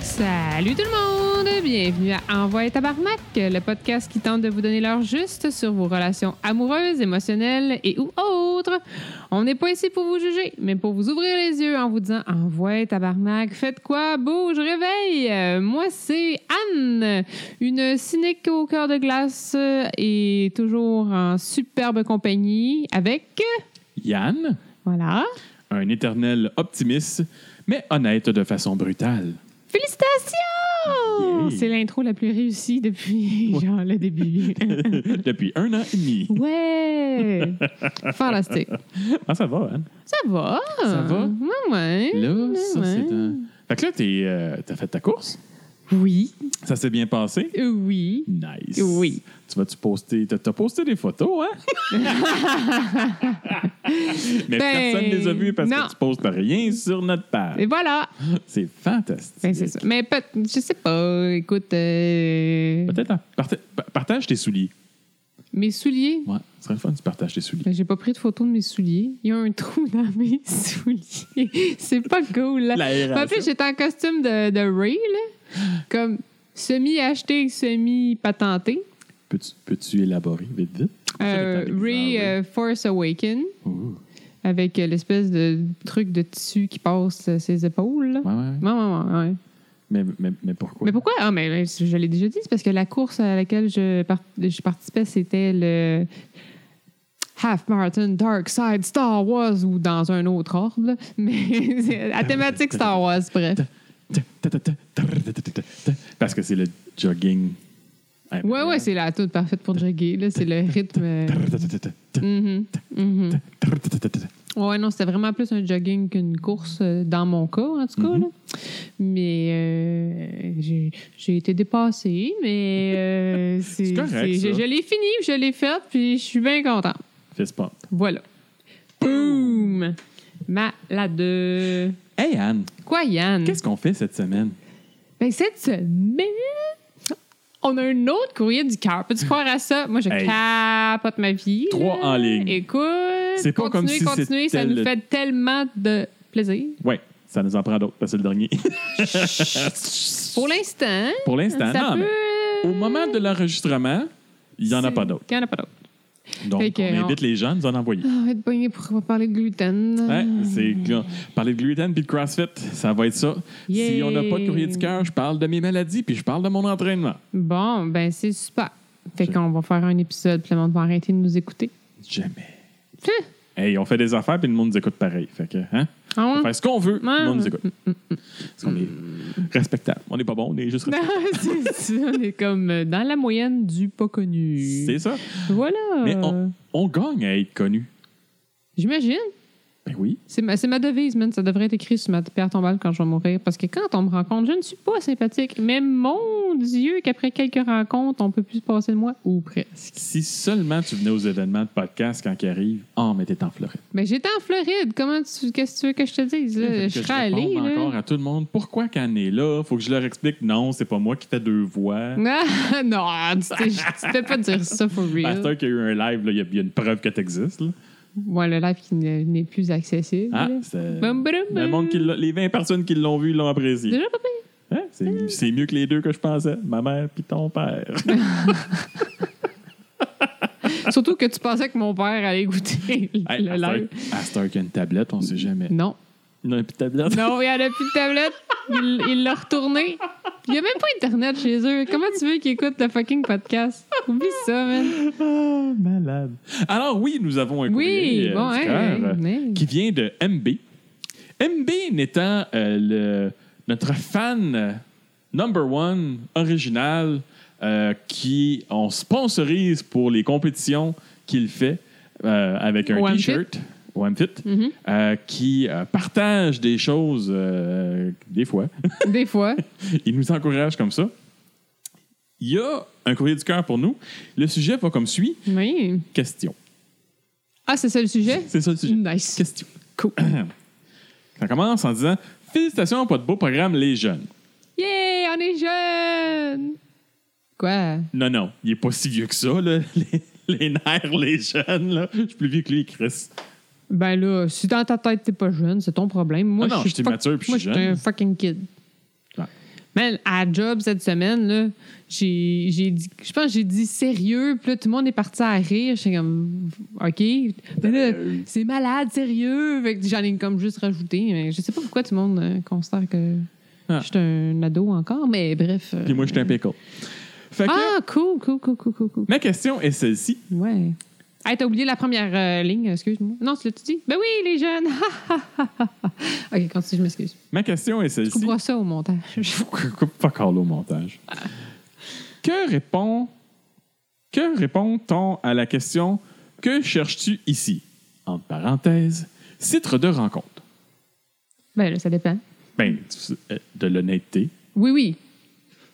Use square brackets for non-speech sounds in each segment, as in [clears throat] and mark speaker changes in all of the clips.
Speaker 1: Salut tout le monde! Bienvenue à Envoi et Tabarnak, le podcast qui tente de vous donner l'heure juste sur vos relations amoureuses, émotionnelles et ou autres. On n'est pas ici pour vous juger, mais pour vous ouvrir les yeux en vous disant Envoi et Tabarnak, faites quoi? Beau, je réveille! Euh, Moi, c'est Anne, une cynique au cœur de glace euh, et toujours en superbe compagnie avec.
Speaker 2: Yann,
Speaker 1: Voilà.
Speaker 2: un éternel optimiste, mais honnête de façon brutale.
Speaker 1: Félicitations!
Speaker 2: Yay!
Speaker 1: C'est l'intro la plus réussie depuis [laughs] genre le début.
Speaker 2: [laughs] Depuis un an et demi. [laughs]
Speaker 1: Ouais! Fantastique.
Speaker 2: Ah, ça va, Anne?
Speaker 1: Ça va?
Speaker 2: Ça va?
Speaker 1: Ouais, ouais.
Speaker 2: Là, ça,
Speaker 1: ouais.
Speaker 2: c'est un... Fait que là, t'es, euh, t'as fait ta course.
Speaker 1: Oui.
Speaker 2: Ça s'est bien passé?
Speaker 1: Euh, Oui.
Speaker 2: Nice.
Speaker 1: Oui.
Speaker 2: Tu vas-tu poster... T'as, t'as posté des photos, hein?
Speaker 1: [laughs]
Speaker 2: mais
Speaker 1: Ben,
Speaker 2: personne ne les a vues parce
Speaker 1: non.
Speaker 2: que tu postes rien sur notre
Speaker 1: Et
Speaker 2: page.
Speaker 1: voilà.
Speaker 2: C'est fantastique.
Speaker 1: Ben, c'est ça. Mais peut- je sais pas. Écoute, euh,
Speaker 2: Peut-être... en- parta- pa- Partage tes souliers.
Speaker 1: mes souliers.
Speaker 2: Ouais, ce serait le fun si tu partages tes souliers.
Speaker 1: Ben, J'ai pas pris de photo de mes souliers. Il y a un trou [laughs] dans mes souliers. C'est pas cool. Là.
Speaker 2: L'aération.
Speaker 1: Euh, ben, En plus, j'étais en costume de, de Ray, là. Comme semi-acheté, semi-patenté.
Speaker 2: Peux-tu, peux-tu élaborer vite, vite?
Speaker 1: Euh,
Speaker 2: Comme ça, le temps
Speaker 1: Ray
Speaker 2: d'examiner.
Speaker 1: euh, Force Awaken.
Speaker 2: Ouh.
Speaker 1: Avec euh, l'espèce de truc de tissu qui passe euh, ses épaules. là.
Speaker 2: Ouais, ouais, ouais.
Speaker 1: Ouais, ouais, ouais, ouais.
Speaker 2: Mais, mais, mais pourquoi?
Speaker 1: Mais pourquoi? Ah, mais, mais je l'ai déjà dit, c'est parce que la course à laquelle je, par- je participais, c'était le Half Marathon Dark Side Star Wars ou dans un autre ordre, là. [laughs] mais c'est à thématique Star Wars, bref.
Speaker 2: Parce que c'est le jogging.
Speaker 1: Ouais, ouais, c'est la toute parfaite pour jogger, là, c'est le
Speaker 2: [laughs]
Speaker 1: rythme. euh, mhm, mhm. Ouais, non, c'était vraiment plus un jogging qu'une course, euh, dans mon cas, en tout cas. là.
Speaker 2: Mhm.
Speaker 1: Mais euh, j'ai- j'ai été dépassée, mais
Speaker 2: [laughs]
Speaker 1: euh, c'est
Speaker 2: correct,
Speaker 1: c'est-
Speaker 2: ça.
Speaker 1: je, je l'ai fini, je l'ai faite, puis je suis bien contente.
Speaker 2: Fist pump.
Speaker 1: Voilà. Boom! Malade.
Speaker 2: Hey Anne,
Speaker 1: Quoi, Yann?
Speaker 2: qu'est-ce qu'on fait cette semaine?
Speaker 1: Ben, cette semaine, on a un autre courrier du cœur. Peux-tu croire à ça? Moi, je
Speaker 2: Hey.
Speaker 1: capote ma vie. là.
Speaker 2: Trois en ligne.
Speaker 1: Écoute,
Speaker 2: C'est pas comme
Speaker 1: continuez,
Speaker 2: si
Speaker 1: continuez. Ça
Speaker 2: c'était
Speaker 1: nous
Speaker 2: le-
Speaker 1: fait tellement de plaisir.
Speaker 2: Ouais, ça nous en prend d'autres, parce que c'est le dernier. [laughs]
Speaker 1: Pour l'instant,
Speaker 2: Pour l'instant,
Speaker 1: ça
Speaker 2: non,
Speaker 1: peut...
Speaker 2: mais au moment de l'enregistrement, il n'y en a pas d'autres.
Speaker 1: Il n'y en a pas d'autres. Fait
Speaker 2: Donc,
Speaker 1: que
Speaker 2: on
Speaker 1: on-
Speaker 2: invite les gens à nous en envoyer.
Speaker 1: Ah, on va être poigné pour parler de gluten.
Speaker 2: Ouais, c'est glu- parler de gluten puis de CrossFit, ça va être ça. Si
Speaker 1: Yay.
Speaker 2: on n'a pas de courrier du cœur, je parle de mes maladies puis je parle de mon entraînement.
Speaker 1: Bon, ben, c'est super. Fait
Speaker 2: Je-
Speaker 1: qu'on va faire un épisode, puis le monde va arrêter de nous écouter.
Speaker 2: Jamais.
Speaker 1: Hein?
Speaker 2: Hey, on fait des affaires puis le monde nous écoute pareil. Fait que, hein?
Speaker 1: Ah ouais?
Speaker 2: On fait ce qu'on veut,
Speaker 1: Ouais. Mm,
Speaker 2: le monde nous écoute. Parce qu'on est respectable. On n'est pas bon, on est juste
Speaker 1: Non, [laughs]
Speaker 2: respectable.
Speaker 1: c'est ça, on est comme euh, dans la moyenne du pas connu.
Speaker 2: C'est ça.
Speaker 1: Voilà.
Speaker 2: Mais on, on gagne à être connu.
Speaker 1: J'imagine.
Speaker 2: Ben oui.
Speaker 1: C'est ma, c'est ma devise, man. Ça devrait être écrit sur ma pierre tombale quand je vais mourir. Parce que quand on me rencontre, je ne suis pas sympathique. Mais mon Dieu, qu'après quelques rencontres, on peut plus se passer de moi. Ou presque.
Speaker 2: Si seulement tu venais aux événements de podcast quand ils arrivent, oh, mais t'es en Floride.
Speaker 1: Mais j'étais en Floride. Comment tu. Qu'est-ce que tu veux que je te dise? là?
Speaker 2: Fait que
Speaker 1: Je
Speaker 2: je
Speaker 1: serais
Speaker 2: réponds
Speaker 1: allée. là.
Speaker 2: encore à tout le monde. Pourquoi qu'Anne est là? Faut que je leur explique. Non, c'est pas moi qui fais deux voix.
Speaker 1: [laughs] Ah, non, tu t'es- tu te fais pas dire ça for real.
Speaker 2: Pasteur qu'il y a eu un live, là, il y a- il y a une preuve que t'existes. là.
Speaker 1: Ouais, le live qui n'est n'est plus accessible.
Speaker 2: Ah,
Speaker 1: là.
Speaker 2: c'est-
Speaker 1: Bum, brum,
Speaker 2: le monde qui l'a- les 20 personnes qui l'ont vu l'ont apprécié.
Speaker 1: Déjà pas pire.
Speaker 2: Hein? C'est c'est mieux que les deux que je pensais, ma mère puis ton père.
Speaker 1: Surtout que tu pensais que mon père allait écouter le
Speaker 2: Hey, à
Speaker 1: live.
Speaker 2: Star- à Star qu'il y a une tablette, on sait jamais.
Speaker 1: Non.
Speaker 2: Non, une petite tablette.
Speaker 1: [laughs] Non, il n'y en a plus de tablette. Il il l'a retourné. Il n'y a même pas Internet chez eux. Comment tu veux qu'ils écoutent le fucking podcast? Oublie ça, man.
Speaker 2: Ah, malade. Alors oui, nous avons un
Speaker 1: Oui,
Speaker 2: courrier euh,
Speaker 1: bon,
Speaker 2: du
Speaker 1: hein,
Speaker 2: cœur,
Speaker 1: hein,
Speaker 2: euh,
Speaker 1: hein.
Speaker 2: qui vient de MB. MB n'étant euh, le- notre fan euh, number one original euh, qui on sponsorise pour les compétitions qu'il fait euh, avec
Speaker 1: Au
Speaker 2: un
Speaker 1: MFIT.
Speaker 2: t-shirt au MFIT,
Speaker 1: Mm-hmm.
Speaker 2: euh, qui euh, partage des choses euh, des fois
Speaker 1: Des fois.
Speaker 2: il nous encourage comme ça. Il y a un courrier du cœur pour nous. Le sujet va comme suit.
Speaker 1: Oui.
Speaker 2: Question.
Speaker 1: Ah, c'est ça le sujet?
Speaker 2: C'est ça le sujet. [clears throat]
Speaker 1: Nice.
Speaker 2: Question. Cool. Ça commence en disant Félicitations pour votre beau programme, les jeunes.
Speaker 1: Yeah, on est jeunes! Quoi?
Speaker 2: Non, non, il est pas si vieux que ça, là. [laughs] Les, les nerfs, les jeunes, là. Je suis plus vieux que lui, Chris.
Speaker 1: Ben là, si dans ta tête, t'es pas jeune, c'est ton problème. Moi,
Speaker 2: Ah non,
Speaker 1: je suis
Speaker 2: j'étais
Speaker 1: fuck-
Speaker 2: mature puis je
Speaker 1: moi,
Speaker 2: suis
Speaker 1: j'étais
Speaker 2: jeune.
Speaker 1: un fucking kid.
Speaker 2: Ouais.
Speaker 1: Man, à la job cette semaine, là, j'ai j'ai dit, je pense que j'ai dit sérieux, puis là, tout le monde est parti à rire. J'étais comme, OK. Ben là,
Speaker 2: Ben,
Speaker 1: c'est malade, sérieux. Fait que j'en ai comme juste rajouté. Mais je sais pas pourquoi tout le monde euh, considère que
Speaker 2: Ah.
Speaker 1: je suis un ado encore, mais bref. euh,
Speaker 2: Puis moi, je suis un pickle. Fait que là,
Speaker 1: Ah, cool, cool, cool, cool, cool, cool.
Speaker 2: ma question est celle-ci.
Speaker 1: Ouais. Hey, t'as oublié la première euh, ligne, excuse-moi. Non, tu l'as-tu dit? Ben oui, les jeunes! [laughs] ok, continue, je m'excuse.
Speaker 2: Ma question est
Speaker 1: Tu
Speaker 2: celle-ci.
Speaker 1: comprends ça au montage.
Speaker 2: Coupe pas encore au montage. Que répond que répond-on à la question que cherches-tu ici Entre parenthèses, titre de rencontre.
Speaker 1: ben là, ça dépend.
Speaker 2: Ben, tu- euh, de l'honnêteté.
Speaker 1: Oui, oui.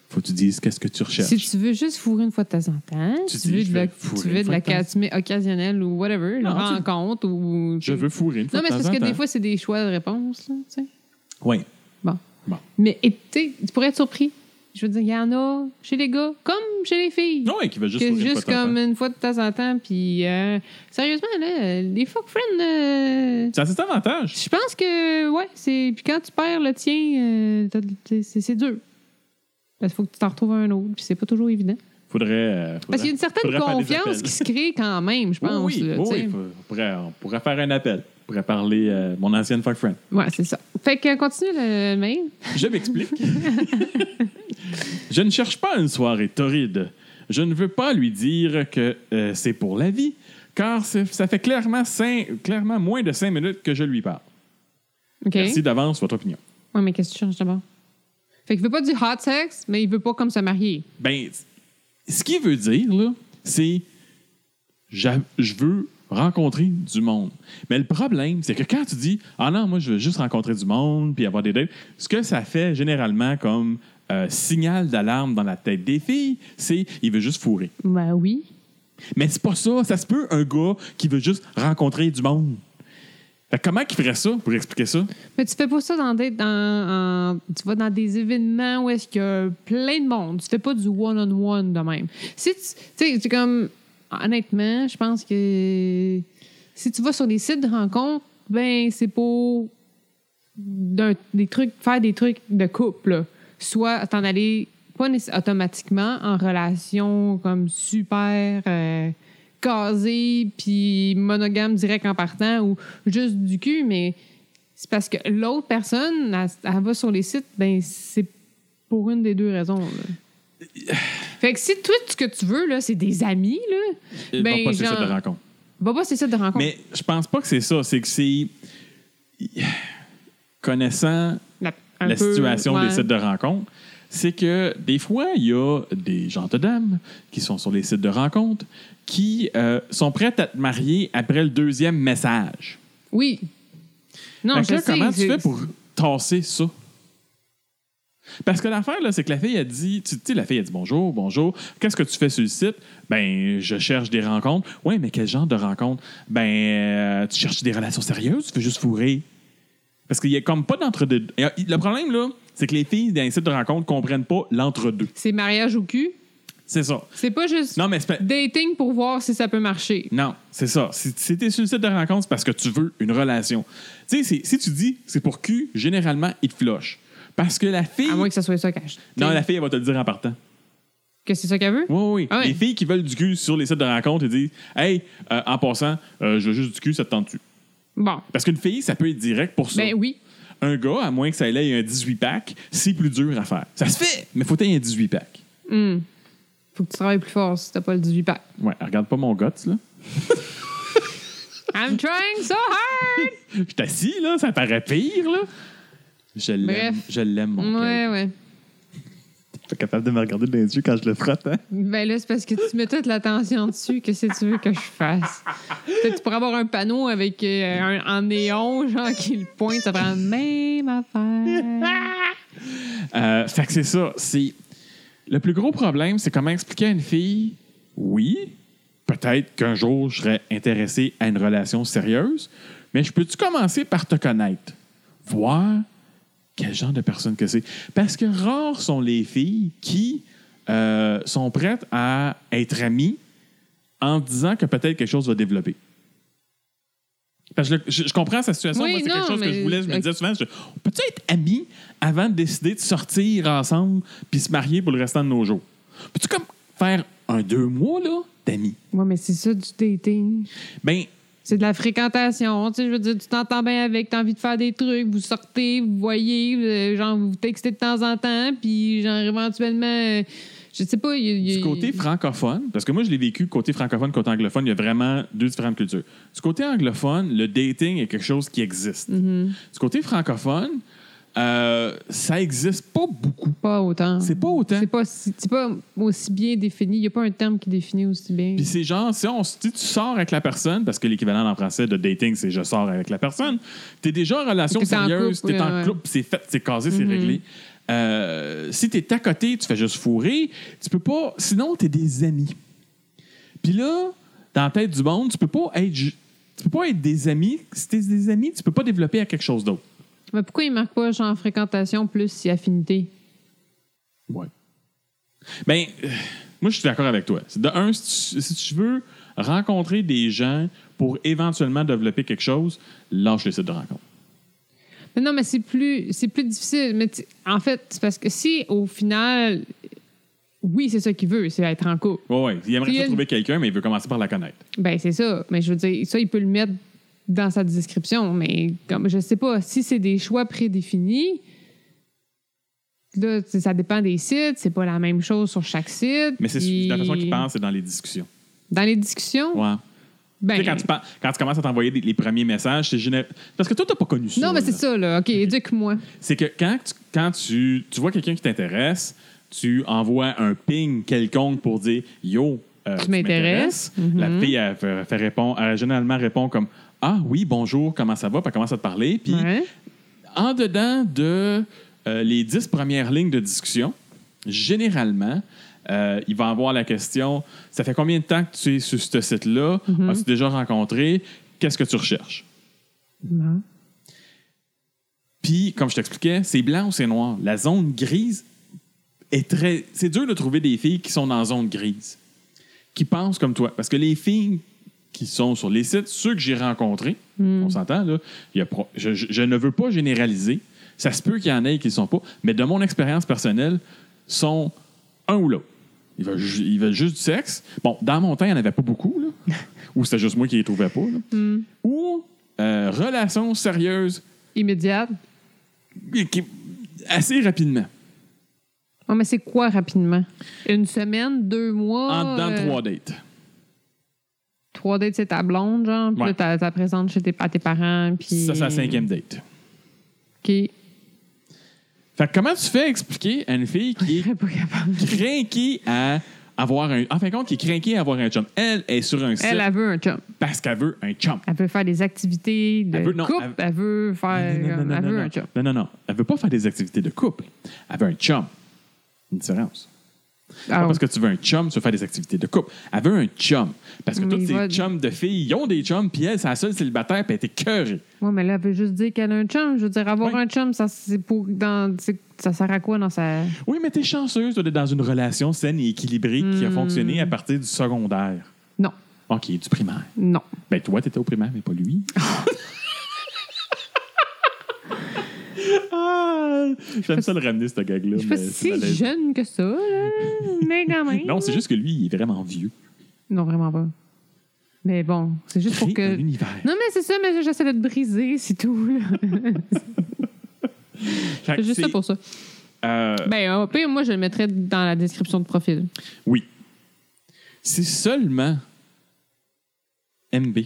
Speaker 2: Faut que tu dises qu'est-ce que tu recherches.
Speaker 1: Si tu veux juste fourrer une fois de temps en temps,
Speaker 2: Tu
Speaker 1: tu,
Speaker 2: dis,
Speaker 1: veux
Speaker 2: je
Speaker 1: de la,
Speaker 2: vais fourrer
Speaker 1: tu
Speaker 2: une
Speaker 1: veux de
Speaker 2: fois
Speaker 1: la
Speaker 2: de temps.
Speaker 1: catimée occasionnelle ou whatever, une
Speaker 2: Non, tu-
Speaker 1: rencontre ou.
Speaker 2: Je veux fourrer une fois
Speaker 1: Non, mais
Speaker 2: de
Speaker 1: c'est parce
Speaker 2: temps
Speaker 1: que
Speaker 2: en
Speaker 1: des
Speaker 2: temps.
Speaker 1: fois, c'est des choix de réponse, là, tu sais.
Speaker 2: Oui.
Speaker 1: Bon.
Speaker 2: Bon.
Speaker 1: Mais et, tu sais, tu pourrais être surpris. Je veux dire, il y en a chez les gars comme chez les filles.
Speaker 2: Non, ouais, qui va juste
Speaker 1: Que
Speaker 2: fourrer une fois
Speaker 1: juste
Speaker 2: de temps en
Speaker 1: comme
Speaker 2: temps.
Speaker 1: une fois de temps en temps. Puis, euh, sérieusement, là, euh, les fuck friends, euh,
Speaker 2: Ça, c'est un avantage.
Speaker 1: je pense que, ouais, c'est. Puis quand tu perds le tien, euh, t'as- t'es- c'est c'est dur. Parce qu'il faut que tu t'en retrouves un autre, puis c'est pas toujours évident.
Speaker 2: Faudrait. euh, faudrait-
Speaker 1: Parce qu'il y a une certaine
Speaker 2: faudrait faire des
Speaker 1: confiance
Speaker 2: appels.
Speaker 1: qui se crée quand même, je
Speaker 2: Oui,
Speaker 1: pense.
Speaker 2: oui,
Speaker 1: là,
Speaker 2: oui,
Speaker 1: tu sais.
Speaker 2: oui, faut- on pourrait, on pourrait faire un appel. On pourrait parler euh, mon ancienne fuck friend.
Speaker 1: Ouais, c'est ça. Fait que euh, continue le le mail.
Speaker 2: Je m'explique. je ne cherche pas une soirée torride. Je ne veux pas lui dire que euh, c'est pour la vie, car c'est- ça fait clairement, cinq- clairement moins de cinq minutes que je lui parle.
Speaker 1: OK.
Speaker 2: Merci d'avance votre opinion.
Speaker 1: Ouais, mais qu'est-ce que tu changes d'abord? Fait qu'il veut pas du hot sex, mais il veut pas comme se marier.
Speaker 2: Ben, ce qu'il veut dire, là, c'est j'a- je veux rencontrer du monde. Mais le problème, c'est que quand tu dis Ah non, moi, je veux juste rencontrer du monde puis avoir des dates, ce que ça fait généralement comme euh, signal d'alarme dans la tête des filles, c'est il veut juste fourrer.
Speaker 1: Ben oui.
Speaker 2: Mais c'est pas ça. Ça se peut un gars qui veut juste rencontrer du monde. Fait que comment qu'il ferait ça pour expliquer ça?
Speaker 1: Mais tu fais pas ça dans des, dans, en- tu vas dans des événements où est-ce qu'il y a plein de monde. Tu fais pas du one-on-one de même. Si tu, tu sais, c'est comme, honnêtement, je pense que si tu vas sur des sites de rencontres, ben, c'est pour d'un- des trucs, faire des trucs de couple. là. Soit t'en aller pas nécess- automatiquement en relation comme super euh, casée puis monogame direct en partant ou juste du cul, mais c'est parce que l'autre personne, elle, elle va sur les sites, ben c'est pour une des deux raisons. là. Fait que si toi, ce que tu veux, là, c'est des amis, là, ben,
Speaker 2: Ils vont pas sur
Speaker 1: genre,
Speaker 2: cette rencontre.
Speaker 1: va pas sur les sites de rencontre.
Speaker 2: Mais je pense pas que c'est ça. C'est que c'est. Connaissant
Speaker 1: la, un
Speaker 2: la
Speaker 1: peu,
Speaker 2: situation
Speaker 1: ouais.
Speaker 2: des sites de rencontre, c'est que des fois, il y a des gens de dames qui sont sur les sites de rencontre qui euh, sont prêtes à te marier après le deuxième message.
Speaker 1: Oui. Non,
Speaker 2: Fait
Speaker 1: je
Speaker 2: que là,
Speaker 1: sais,
Speaker 2: comment tu
Speaker 1: c'est-
Speaker 2: fais pour tasser ça? Parce que l'affaire, là, c'est que la fille a dit, tu tu sais, la fille a dit bonjour, bonjour, qu'est-ce que tu fais sur le site? Ben, je cherche des rencontres. Oui, mais quel genre de rencontres? Ben, euh, tu cherches des relations sérieuses, tu veux juste fourrer. Parce qu'il n'y a comme pas d'entre-deux. Et, euh, Le problème, là, c'est que les filles dans les sites de rencontres comprennent pas l'entre-deux.
Speaker 1: C'est mariage au cul.
Speaker 2: C'est ça.
Speaker 1: C'est pas juste
Speaker 2: Non, mais c'est pas-
Speaker 1: dating pour voir si ça peut marcher.
Speaker 2: Non, c'est ça. Si si t'es sur le site de rencontre, c'est parce que tu veux une relation. Tu sais, c'est- si tu dis c'est pour cul, généralement, il te floche. Parce que la fille.
Speaker 1: À moins que ça soit ça qu'elle
Speaker 2: Non, la fille, elle va te le dire en partant.
Speaker 1: Que c'est ça qu'elle veut?
Speaker 2: Oui, oui.
Speaker 1: Ah ouais.
Speaker 2: Les filles qui veulent du cul sur les sites de rencontre, elles disent Hey, euh, en passant, euh, je veux juste du cul, ça te tente-tu
Speaker 1: Bon.
Speaker 2: Parce qu'une fille, ça peut être direct pour ça.
Speaker 1: Ben oui.
Speaker 2: Un gars, à moins que ça aille un 18-pack, c'est plus dur à faire. Ça se fait, mais faut t'aies un 18-pack.
Speaker 1: Hmm. Faut que tu travailles plus fort si t'as pas le 18 pack.
Speaker 2: Ouais, regarde pas mon gosse, là.
Speaker 1: I'm trying so hard!
Speaker 2: Je suis assis, là, ça paraît pire, là. Je l'aime,
Speaker 1: Bref.
Speaker 2: je l'aime, mon
Speaker 1: ouais,
Speaker 2: gars.
Speaker 1: ouais.
Speaker 2: T'es pas capable de me regarder dans les yeux quand je le frotte, hein?
Speaker 1: Ben là, c'est parce que tu mets toute l'attention dessus. Qu'est-ce que tu veux que je fasse? Peut-être tu pourrais avoir un panneau avec euh, un, en néon, genre, qui le pointe. Ça prend la
Speaker 2: [laughs]
Speaker 1: même affaire.
Speaker 2: Euh, fait que c'est ça. C'est le plus gros problème, c'est comment expliquer à une fille, oui, peut-être qu'un jour je serais intéressé à une relation sérieuse, mais je peux-tu commencer par te connaître, voir quel genre de personne que c'est, parce que rares sont les filles qui euh, sont prêtes à être amies en disant que peut-être quelque chose va développer. Parce que je, je comprends sa situation.
Speaker 1: Oui,
Speaker 2: Moi, c'est quelque
Speaker 1: non,
Speaker 2: chose que
Speaker 1: mais-
Speaker 2: je voulais. Je me disais souvent, je- peux-tu être amis avant de décider de sortir ensemble puis se marier pour le restant de nos jours? Peux-tu comme faire un deux mois là, d'amis?
Speaker 1: Ouais, mais c'est ça du dating.
Speaker 2: Ben,
Speaker 1: C'est de la fréquentation. Tu sais, je veux dire, tu t'entends bien avec, t'as envie de faire des trucs, vous sortez, vous voyez, euh, genre, vous textez de temps en temps, puis genre, éventuellement, euh, je sais pas. il y a- il y a-
Speaker 2: Du côté francophone, parce que moi, je l'ai vécu côté francophone, côté anglophone, il y a vraiment deux différentes cultures. Du côté anglophone, le dating est quelque chose qui existe.
Speaker 1: Mm-hmm.
Speaker 2: Du côté francophone, euh, ça existe pas beaucoup.
Speaker 1: Pas autant.
Speaker 2: C'est pas autant.
Speaker 1: C'est pas, si- c'est pas aussi bien défini. Il n'y a pas un terme qui définit aussi bien.
Speaker 2: Puis c'est genre, si on se dit tu sors avec la personne, parce que l'équivalent en français de dating, c'est je sors avec la personne, t'es déjà en relation
Speaker 1: T'es en
Speaker 2: sérieuse,
Speaker 1: couple,
Speaker 2: t'es
Speaker 1: ouais,
Speaker 2: en
Speaker 1: ouais.
Speaker 2: couple, c'est fait, c'est casé, c'est
Speaker 1: Mhm.
Speaker 2: réglé. Euh, si t'es à côté, tu fais juste fourrer, tu peux pas. Sinon, t'es des amis. Puis là, dans la tête du monde, tu peux pas être. ju- Tu peux pas être des amis. Si t'es des amis, tu peux pas développer à quelque chose d'autre.
Speaker 1: Mais pourquoi il ne marque pas genre fréquentation plus si affinité?
Speaker 2: Ouais. Ben, euh, moi, je suis d'accord avec toi. De un, si tu, si tu veux rencontrer des gens pour éventuellement développer quelque chose, lâche les sites de rencontre.
Speaker 1: Mais non, mais c'est plus, c'est plus difficile. Mais tu- en fait, c'est parce que si au final, oui, c'est ça qu'il veut, c'est être en couple.
Speaker 2: Oui, oui. Il aimerait
Speaker 1: Puis il y a
Speaker 2: ça
Speaker 1: une-
Speaker 2: trouver quelqu'un, mais il veut commencer par la connaître.
Speaker 1: Ben c'est ça. Mais je veux dire, ça, il peut le mettre dans sa description. Mais comme je sais pas, si c'est des choix prédéfinis, là, tu sais, ça dépend des sites. C'est pas la même chose sur chaque site.
Speaker 2: Mais c'est
Speaker 1: puis-
Speaker 2: la façon qu'il pense, c'est dans les discussions.
Speaker 1: Dans les discussions,
Speaker 2: Ouais.
Speaker 1: ben,
Speaker 2: Tu sais, quand tu, par- quand tu commences à t'envoyer des- les premiers messages, c'est géné- Parce que toi, t'as pas connu ça.
Speaker 1: non, mais c'est
Speaker 2: là.
Speaker 1: ça, là. OK, éduque-moi.
Speaker 2: C'est que quand tu, quand tu, tu vois quelqu'un qui t'intéresse, tu envoies un ping quelconque pour dire Yo, euh,
Speaker 1: Tu m'intéresses. Mm-hmm.
Speaker 2: m'intéresses. La fille, elle, fait- fait répond- elle généralement répond comme Ah oui, bonjour, comment ça va Puis elle commence à te parler. Puis
Speaker 1: Ouais.
Speaker 2: en dedans de euh, les dix premières lignes de discussion, généralement, euh, il va avoir la question Ça fait combien de temps que tu es sur ce site-là As-tu déjà rencontré Qu'est-ce que tu recherches
Speaker 1: Non.
Speaker 2: Puis, comme je t'expliquais, c'est blanc ou c'est noir. La zone grise est très. C'est dur de trouver des filles qui sont dans la zone grise, qui pensent comme toi. Parce que les filles qui sont sur les sites, ceux que j'ai rencontrés, on s'entend, là, il y a pro- je, je- je ne veux pas généraliser. Ça se peut qu'il y en ait qui ne sont pas, mais de mon expérience personnelle, sont un ou l'autre. Ils veulent, ju- ils veulent juste du sexe. Bon, dans mon temps, il n'y en avait pas beaucoup, là. ou c'était juste moi qui les trouvais pas. là. Ou euh, relations sérieuses
Speaker 1: Immédiate.
Speaker 2: qui- qui- assez rapidement.
Speaker 1: Oh, mais c'est quoi rapidement? Une semaine, deux mois?
Speaker 2: en dans
Speaker 1: euh,
Speaker 2: trois dates.
Speaker 1: Trois dates, c'est ta blonde, genre. Puis
Speaker 2: Ouais.
Speaker 1: là, t'as- t'as présente chez tes, à tes parents. Puis...
Speaker 2: Ça, c'est la cinquième date.
Speaker 1: OK. [laughs] Je
Speaker 2: Fait que comment tu fais expliquer à une fille qui
Speaker 1: serais
Speaker 2: [laughs]
Speaker 1: pas capable.
Speaker 2: est crinquée à avoir un. En fin de compte, qui est crinquée à avoir un chum. Elle est sur un site
Speaker 1: Elle, elle veut un chum.
Speaker 2: parce qu'elle veut un chum.
Speaker 1: Elle peut faire des activités de
Speaker 2: Elle veut- non,
Speaker 1: couple. Elle...
Speaker 2: elle-
Speaker 1: veut faire...
Speaker 2: non, non,
Speaker 1: comme-
Speaker 2: non,
Speaker 1: elle
Speaker 2: non,
Speaker 1: veut
Speaker 2: non.
Speaker 1: un chum.
Speaker 2: Non, non, non. Elle veut pas faire des activités de couple. Elle veut un chum. Une différence. Pas
Speaker 1: Alors,
Speaker 2: parce que tu veux un chum, tu veux faire des activités de couple. Elle veut un chum. Parce que
Speaker 1: Mais il
Speaker 2: toutes ces
Speaker 1: va-
Speaker 2: chums de filles, ils ont des chums, puis elle, c'est la seule célibataire, puis elle était cœurée.
Speaker 1: Ouais, mais là, elle veut juste dire qu'elle a un chum. Je veux dire, avoir
Speaker 2: Oui.
Speaker 1: un chum, ça, c'est pour, dans, c'est- ça sert à quoi dans sa...
Speaker 2: Oui, mais t'es chanceuse toi, d'être dans une relation saine et équilibrée qui
Speaker 1: Hmm.
Speaker 2: a fonctionné à partir du secondaire.
Speaker 1: Non.
Speaker 2: OK, du primaire.
Speaker 1: Non.
Speaker 2: Ben, toi, t'étais au primaire, mais pas lui. ah, J'aime ça le ramener, cette gag-là.
Speaker 1: Je suis
Speaker 2: mais
Speaker 1: pas
Speaker 2: c'est
Speaker 1: si
Speaker 2: malaisant.
Speaker 1: jeune que
Speaker 2: [laughs]
Speaker 1: ça, là. Mais quand même.
Speaker 2: Non, c'est juste que lui, il est vraiment vieux.
Speaker 1: Non, vraiment pas. Mais bon, c'est juste pour
Speaker 2: Crée un
Speaker 1: que...
Speaker 2: univers.
Speaker 1: Non, mais c'est ça, mais j'essaie de te briser, c'est tout. là.
Speaker 2: Fait que
Speaker 1: C'est juste ça
Speaker 2: Ben, c'est,
Speaker 1: pour ça.
Speaker 2: euh,
Speaker 1: Ben, au pire, moi, je le mettrais dans la description de profil.
Speaker 2: Oui. Si seulement MB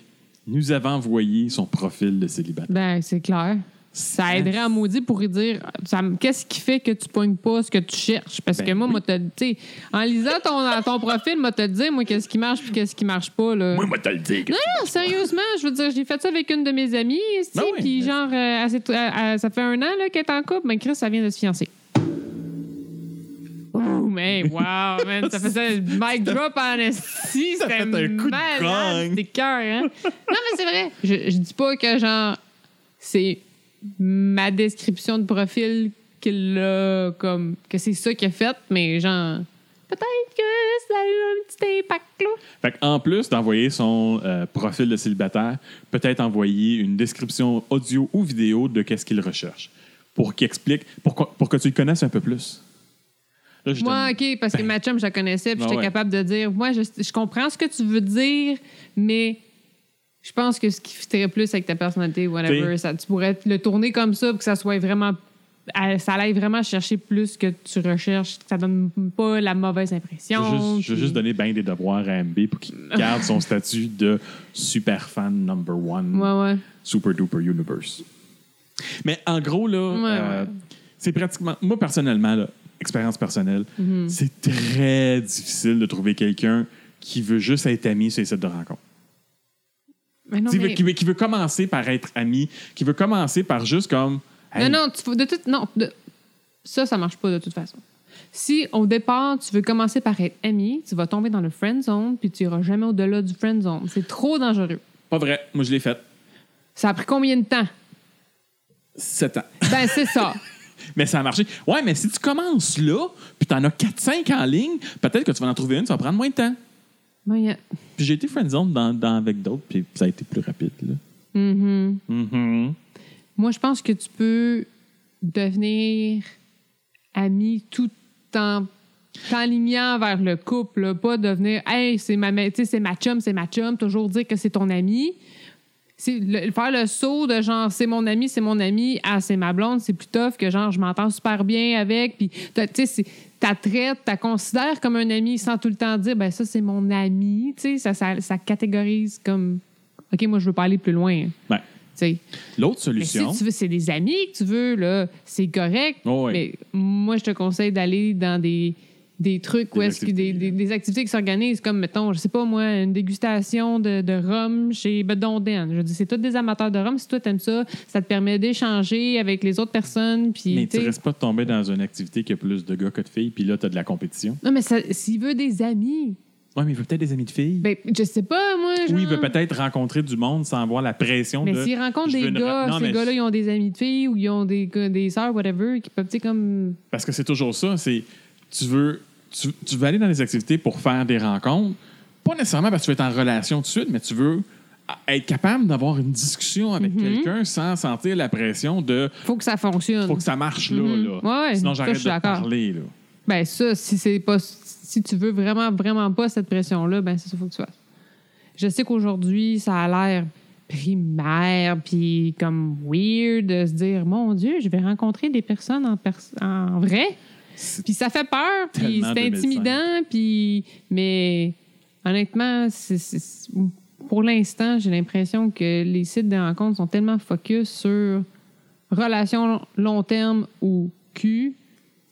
Speaker 2: nous avait envoyé son profil de célibataire.
Speaker 1: Ben, c'est clair. Ça aiderait à maudit pour y dire ça me- qu'est-ce qui fait que tu pognes pas ce que tu cherches. Parce
Speaker 2: Ben
Speaker 1: que moi,
Speaker 2: oui.
Speaker 1: moi, t'as- tu sais, en lisant ton, ton profil, moi, te dire, moi, qu'est-ce qui marche puis qu'est-ce qui marche pas. Là.
Speaker 2: Moi, moi, te le dire.
Speaker 1: Non, sérieusement, je veux dire, j'ai fait ça avec une de mes amies, esti,
Speaker 2: Ben oui,
Speaker 1: puis
Speaker 2: ben-
Speaker 1: genre, euh, elle s'est- elle- elle- ça fait un an là, qu'elle est en couple, mais Chris, ça vient de se fiancer.
Speaker 2: [laughs]
Speaker 1: Ouh, mais wow, man, ça
Speaker 2: [laughs]
Speaker 1: faisait le mic drop en esti,
Speaker 2: Ça
Speaker 1: c'était
Speaker 2: fait un coup de
Speaker 1: malade,
Speaker 2: gong.
Speaker 1: c'était cœur, hein? Non, mais c'est vrai, je, je dis pas que genre, c'est ma description de profil qu'il a, comme, que c'est ça qu'il a fait, mais genre, peut-être que ça a eu un petit impact, là.
Speaker 2: Fait en plus d'envoyer son euh, profil de célibataire, peut-être envoyer une description audio ou vidéo de qu'est-ce qu'il recherche pour qu'il explique, pour, qu'on- pour que tu le connaisses un peu plus. Là, je
Speaker 1: Moi,
Speaker 2: donne-
Speaker 1: OK, parce que ma chum, je la connaissais,
Speaker 2: [laughs]
Speaker 1: puis
Speaker 2: Ah
Speaker 1: j'étais
Speaker 2: ouais.
Speaker 1: capable de dire, moi, je, je comprends ce que tu veux dire, mais je pense que ce qui fitterait plus avec ta personnalité, whatever,
Speaker 2: T'sais.
Speaker 1: ça, tu pourrais le tourner comme ça pour que ça soit vraiment... à- Ça aille vraiment chercher plus que tu recherches, que ça donne pas la mauvaise
Speaker 2: je vais
Speaker 1: impression.
Speaker 2: juste, je vais
Speaker 1: puis-
Speaker 2: juste donner bien des devoirs à MB pour qu'il garde son statut de super fan number one.
Speaker 1: Ouais, ouais.
Speaker 2: Super Duper Universe. Mais en gros, là, euh,
Speaker 1: ouais.
Speaker 2: c'est pratiquement. Moi, personnellement, là, expérience personnelle,
Speaker 1: Mhm.
Speaker 2: c'est très difficile de trouver quelqu'un qui veut juste être ami sur les sites de rencontre.
Speaker 1: Mais non,
Speaker 2: Tu sais,
Speaker 1: mais-
Speaker 2: qui, veut, qui veut commencer par être ami, qui veut commencer par juste comme. Hey,
Speaker 1: Non, non, tu faut- de toute, non de- ça, ça marche pas de toute façon. Si au départ, tu veux commencer par être ami, tu vas tomber dans le friend zone, puis tu iras jamais au-delà du friend zone. C'est trop dangereux.
Speaker 2: Pas vrai, moi je l'ai fait.
Speaker 1: Ça a pris combien de temps?
Speaker 2: 7 ans. [laughs]
Speaker 1: Ben, c'est ça.
Speaker 2: Mais ça a marché. Ouais, mais si tu commences là, puis t'en as 4-5 en ligne, peut-être que tu vas en trouver une, ça va prendre moins de temps.
Speaker 1: [laughs] Moi, il y a-
Speaker 2: Puis j'ai été friendzone dans, dans, avec d'autres, puis ça a été plus rapide. Là.
Speaker 1: Mhm.
Speaker 2: Mhm.
Speaker 1: Moi, je pense que tu peux devenir ami tout en t'enlignant vers le couple, là. pas devenir hey c'est ma ma- tu sais, c'est ma chum c'est ma chum toujours dire que c'est ton ami c'est le- faire le saut de genre c'est mon ami c'est mon ami ah c'est ma blonde c'est plus tough que genre je m'entends super bien avec puis t'as- tu sais c'est- t'as traite t'as considère comme un ami sans tout le temps dire ben ça c'est mon ami tu sais ça, ça ça catégorise comme ok moi je veux pas aller plus loin tu
Speaker 2: Ouais.
Speaker 1: sais
Speaker 2: L'autre
Speaker 1: mais si
Speaker 2: solution.
Speaker 1: tu veux, c'est des amis que tu veux, là, c'est correct.
Speaker 2: Oh oui.
Speaker 1: Mais moi, je te conseille d'aller dans des, des trucs où
Speaker 2: Des
Speaker 1: est-ce que des,
Speaker 2: activités, hein.
Speaker 1: des- des activités qui s'organisent, comme, mettons, je sais pas moi, une dégustation de, de rhum chez Bedonden. Je dis, c'est tous des amateurs de rhum. Si toi, t'aimes ça, ça te permet d'échanger avec les autres personnes. Puis,
Speaker 2: Mais tu
Speaker 1: t'sais-
Speaker 2: risques pas de tomber dans une activité qui a plus de gars que de filles, puis là, tu as de la compétition.
Speaker 1: Non, mais ça- s'il veut des amis,
Speaker 2: Oui, mais il veut peut-être des amis de filles.
Speaker 1: ben, je sais pas, moi. Genre,
Speaker 2: oui, il veut peut-être rencontrer du monde sans avoir la pression
Speaker 1: Mais
Speaker 2: de.
Speaker 1: s'il rencontre
Speaker 2: je veux
Speaker 1: des
Speaker 2: une
Speaker 1: gars,
Speaker 2: ra- Non,
Speaker 1: ces
Speaker 2: mais-
Speaker 1: gars-là, ils ont des amis de filles ou ils ont des, gars- des sœurs, whatever, qui peuvent, tu sais, comme.
Speaker 2: Parce que c'est toujours ça. C'est tu veux, tu, tu veux aller dans des activités pour faire des rencontres, pas nécessairement parce que tu veux être en relation tout de suite, mais tu veux a- être capable d'avoir une discussion avec
Speaker 1: Mm-hmm.
Speaker 2: quelqu'un sans sentir la pression de
Speaker 1: Faut que ça fonctionne.
Speaker 2: faut que ça marche là.
Speaker 1: Mhm.
Speaker 2: là.
Speaker 1: Ouais, ouais,
Speaker 2: Sinon,
Speaker 1: ça, je
Speaker 2: j'arrête
Speaker 1: suis
Speaker 2: de te
Speaker 1: d'accord.
Speaker 2: parler. Là.
Speaker 1: Ben ça, si c'est pas si tu veux vraiment vraiment pas cette pression là, ben c'est ça faut que tu fasses. Je sais qu'aujourd'hui, ça a l'air primaire puis comme weird de se dire mon dieu, je vais rencontrer des personnes en pers- en vrai.
Speaker 2: C'est-
Speaker 1: Puis ça fait peur, puis
Speaker 2: Tellement
Speaker 1: c'est
Speaker 2: 2005.
Speaker 1: intimidant, puis mais honnêtement, c'est- c'est- pour l'instant, j'ai l'impression que les sites de rencontres sont tellement focus sur relations long terme ou cul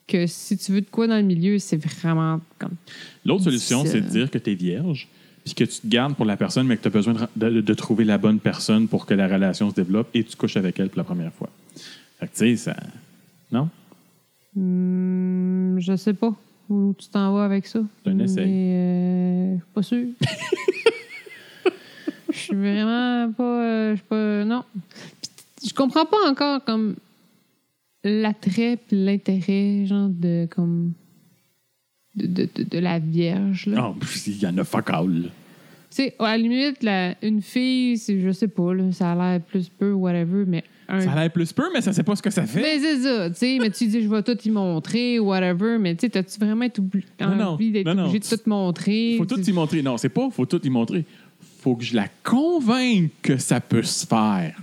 Speaker 1: que si tu veux de quoi dans le milieu, c'est vraiment comme
Speaker 2: L'autre solution,
Speaker 1: C'est-
Speaker 2: c'est de dire que tu es vierge, puis que tu te gardes pour la personne, mais que tu as besoin de, de- de trouver la bonne personne pour que la relation se développe et tu couches avec elle pour la première fois. Fait que, tu sais, ça. Non?
Speaker 1: Hmm, je sais pas où tu t'en vas avec ça.
Speaker 2: C'est un essai.
Speaker 1: Mais, euh, je suis
Speaker 2: [laughs]
Speaker 1: pas sûre. Je suis vraiment pas. euh, je suis pas. Non. Puis, Je comprends pas encore comme l'attrait puis l'intérêt, genre, de comme. De, de, de- de la vierge, là.
Speaker 2: Non, pff, il y en a fuck all. là.
Speaker 1: Tu sais, à la limite, la- une fille, c'est- je sais pas, là, ça a l'air plus peu, whatever, mais un
Speaker 2: Ça a l'air plus peu, mais ça sait pas ce que ça fait.
Speaker 1: mais c'est ça, tu sais, mais tu dis, je vais tout y montrer, whatever, mais tu sais, t'as-tu vraiment été obli-
Speaker 2: Non, non,
Speaker 1: envie d'être
Speaker 2: non, non.
Speaker 1: obligé de tout montrer?
Speaker 2: Faut tout y montrer. Non, c'est pas faut tout y montrer. Faut que je la convainque que ça peut se faire.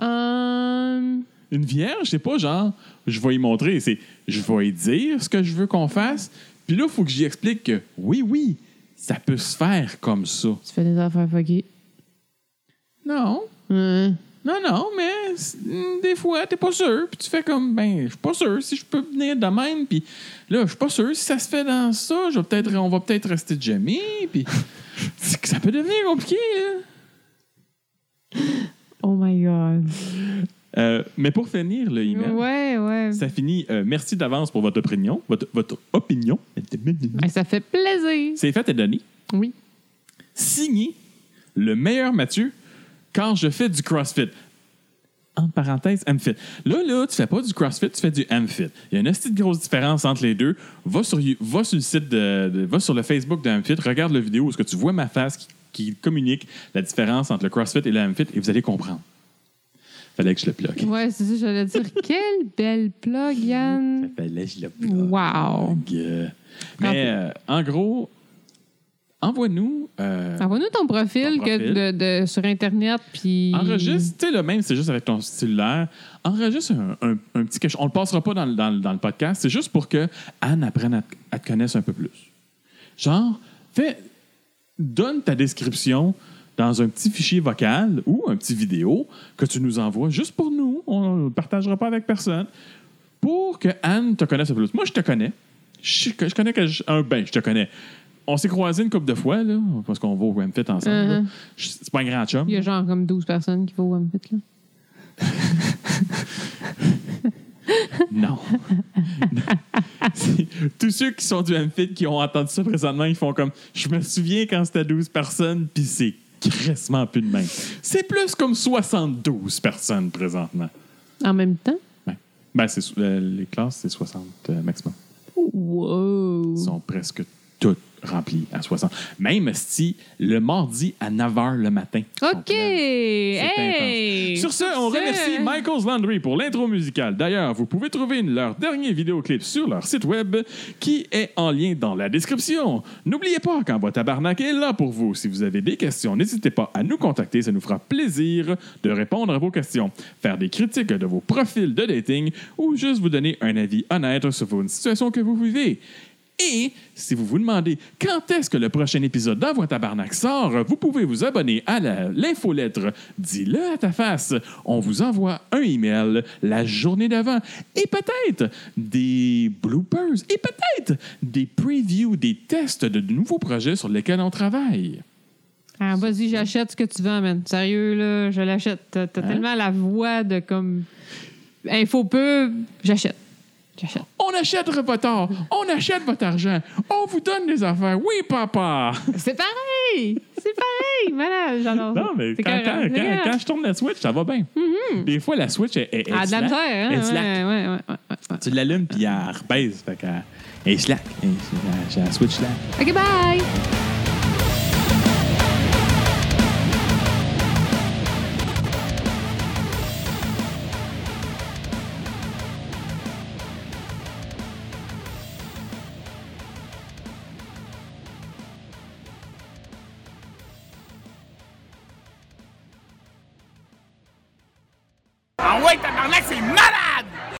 Speaker 1: Euh,
Speaker 2: Une vierge, c'est pas genre je vais y montrer, c'est je vais y dire ce que je veux qu'on fasse. Puis là, faut que j'y explique que oui, oui, ça peut se faire comme ça.
Speaker 1: tu fais des affaires fuckées.
Speaker 2: Non,
Speaker 1: Hein?
Speaker 2: non, non, mais c'est- mm, des fois, t'es pas sûr. Puis tu fais comme ben, je suis pas sûr si je peux venir de même. Puis là, je suis pas sûr si ça se fait dans ça. Je vais peut-être, on va peut-être rester jamais. Puis [laughs] c'est que ça peut devenir compliqué. là.
Speaker 1: Oh my God.
Speaker 2: Euh, mais pour finir le email,
Speaker 1: Ouais, ouais.
Speaker 2: ça finit euh, merci d'avance pour votre opinion, votre, votre opinion.
Speaker 1: Ben, ça fait plaisir.
Speaker 2: C'est fait et donné.
Speaker 1: Oui.
Speaker 2: Signé le meilleur Mathieu quand je fais du CrossFit. en parenthèse, AmFit. Là, là, tu fais pas du CrossFit, tu fais du AmFit. Il y a une petite grosse différence entre les deux. Va sur, You- va sur le site de, de- va sur le Facebook d'AmFit, regarde la vidéo où est-ce que tu vois ma face qui, qui communique la différence entre le CrossFit et le AmFit et vous allez comprendre. Fallait que je le bloque.
Speaker 1: Ouais, c'est ça,
Speaker 2: [laughs]
Speaker 1: j'allais dire. Quelle belle plug, Yann.
Speaker 2: Fallait que je le bloque.
Speaker 1: Wow.
Speaker 2: Euh,
Speaker 1: Ah.
Speaker 2: Mais euh, en gros, envoie-nous. euh,
Speaker 1: Envoie-nous ton profil,
Speaker 2: Ton
Speaker 1: que
Speaker 2: profil.
Speaker 1: de- de- sur Internet, puis...
Speaker 2: Enregistre, tu sais, le même, c'est juste avec ton cellulaire. Enregistre un, un- un petit quelque chose. On le passera pas dans, le- dans le- dans le podcast. C'est juste pour que Anne apprenne à, te- à te connaître un peu plus. Genre, fais, donne ta description dans un petit fichier vocal ou un petit vidéo que tu nous envoies juste pour nous. On ne le partagera pas avec personne. Pour que Anne te connaisse un peu plus. Moi, je te connais. Je, je connais que je- un ben, je te connais. On s'est croisés une couple de fois, là, parce qu'on va au Wemfit ensemble. là.
Speaker 1: Uh-huh.
Speaker 2: Je- C'est pas un grand chum.
Speaker 1: Il y a genre comme 12 personnes qui vont au Wamfit, là.
Speaker 2: Non. [laughs] C'est- Tous ceux qui sont du MFIT qui ont entendu ça présentement, ils font comme Je me souviens quand c'était 12 personnes, puis c'est crissement plus de même. C'est plus comme 72 personnes présentement.
Speaker 1: En même temps?
Speaker 2: Ouais. Ben, c'est, sou- euh, les classes, c'est 60 euh, maximum.
Speaker 1: Wow!
Speaker 2: Ils sont presque toutes remplies à 60. Même si le mardi à 9 h le matin. ils sont
Speaker 1: OK!
Speaker 2: pleines.
Speaker 1: Hey!
Speaker 2: Sur ce, on
Speaker 1: Sur ce- hein.
Speaker 2: remercie Michael's Landry pour l'intro musicale. D'ailleurs, vous pouvez trouver leur dernier vidéoclip sur leur site web qui est en lien dans la description. N'oubliez pas qu'Envoi Tabarnak est là pour vous. Si vous avez des questions, n'hésitez pas à nous contacter. Ça nous fera plaisir de répondre à vos questions, faire des critiques de vos profils de dating ou juste vous donner un avis honnête sur une situation que vous vivez. Et si vous vous demandez quand est-ce que le prochain épisode d'Envoi Tabarnak sort, vous pouvez vous abonner à la- l'infolettre Dis-le à ta face. On vous envoie un email la journée d'avant et peut-être des bloopers et peut-être des previews, des tests de nouveaux projets sur lesquels on travaille.
Speaker 1: Ah, vas-y, j'achète ce que tu vends, man. Sérieux, là, je l'achète. T'as t'as
Speaker 2: Hein?
Speaker 1: tellement la voix de comme. Info peu, j'achète. J'achète.
Speaker 2: On achète votre or, on achète votre argent, on vous donne des affaires. Oui, papa!
Speaker 1: C'est pareil! C'est pareil! Malade, j'adore. ça.
Speaker 2: [laughs] Non, mais
Speaker 1: C'est
Speaker 2: quand,
Speaker 1: correct,
Speaker 2: quand-
Speaker 1: c'est
Speaker 2: quand-
Speaker 1: correct.
Speaker 2: quand je tourne la Switch, ça va bien. Des fois, la Switch est, est- est
Speaker 1: Ah, de la
Speaker 2: slack.
Speaker 1: misère, hein?
Speaker 2: Elle slack.
Speaker 1: Ouais, ouais, ouais, ouais, ouais.
Speaker 2: Tu l'allumes, puis elle rebaisse. Fait qu'elle elle est slack. Elle- elle- J'ai la Switch slack.
Speaker 1: OK, bye!
Speaker 3: Ah ouais, tabarnak, c'est malade!